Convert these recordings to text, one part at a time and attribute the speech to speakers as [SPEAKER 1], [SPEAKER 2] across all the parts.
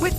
[SPEAKER 1] With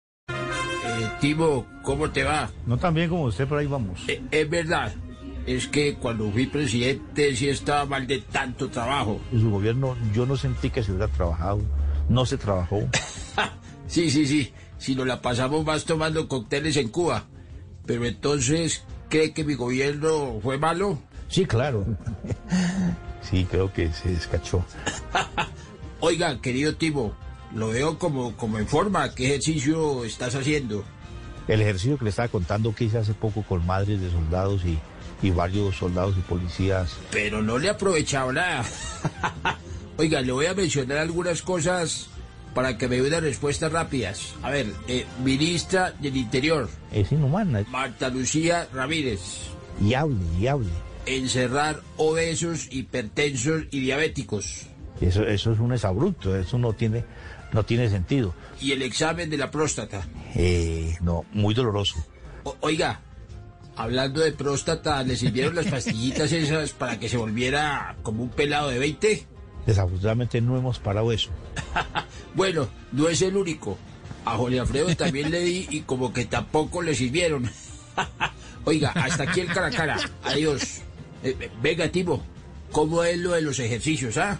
[SPEAKER 2] Eh, Timo, ¿cómo te va?
[SPEAKER 3] No tan bien como usted, pero ahí vamos.
[SPEAKER 2] Eh, es verdad, es que cuando fui presidente sí estaba mal de tanto trabajo.
[SPEAKER 3] En su gobierno yo no sentí que se hubiera trabajado. No se trabajó.
[SPEAKER 2] Ja, Ah, sí, sí, sí, si nos la pasamos más tomando cócteles en Cuba. Pero entonces, ¿cree que mi gobierno fue malo?
[SPEAKER 3] Sí, claro. Sí, creo que se descachó.
[SPEAKER 2] Oiga, querido Timo, lo veo como, como en forma. ¿Qué ejercicio estás haciendo?
[SPEAKER 3] El ejercicio que le estaba contando que hice hace poco con madres de soldados y, y varios soldados y policías.
[SPEAKER 2] Pero no le he aprovechado nada. Oiga, le voy a mencionar algunas cosas para que me dé unas respuestas rápidas. A ver, eh, ministra del Interior,
[SPEAKER 3] Es inhumana.
[SPEAKER 2] Marta Lucía Ramírez.
[SPEAKER 3] Y hable, y hable.
[SPEAKER 2] Encerrar obesos, hipertensos y diabéticos.
[SPEAKER 3] Eso, eso es un exabrupto. Eso no tiene, no tiene sentido.
[SPEAKER 2] Y el examen de la próstata.
[SPEAKER 3] Eh, no, muy doloroso.
[SPEAKER 2] O- oiga, hablando de próstata, ¿le sirvieron las pastillitas esas para que se volviera como un pelado de 20?
[SPEAKER 3] Desafortunadamente no hemos parado eso.
[SPEAKER 2] Bueno, no es el único. A Jorge Alfredo también le di y como que tampoco le sirvieron. Oiga, hasta aquí el cara a cara. Adiós. Eh, eh, venga, Timo, ¿cómo es lo de los ejercicios, ah?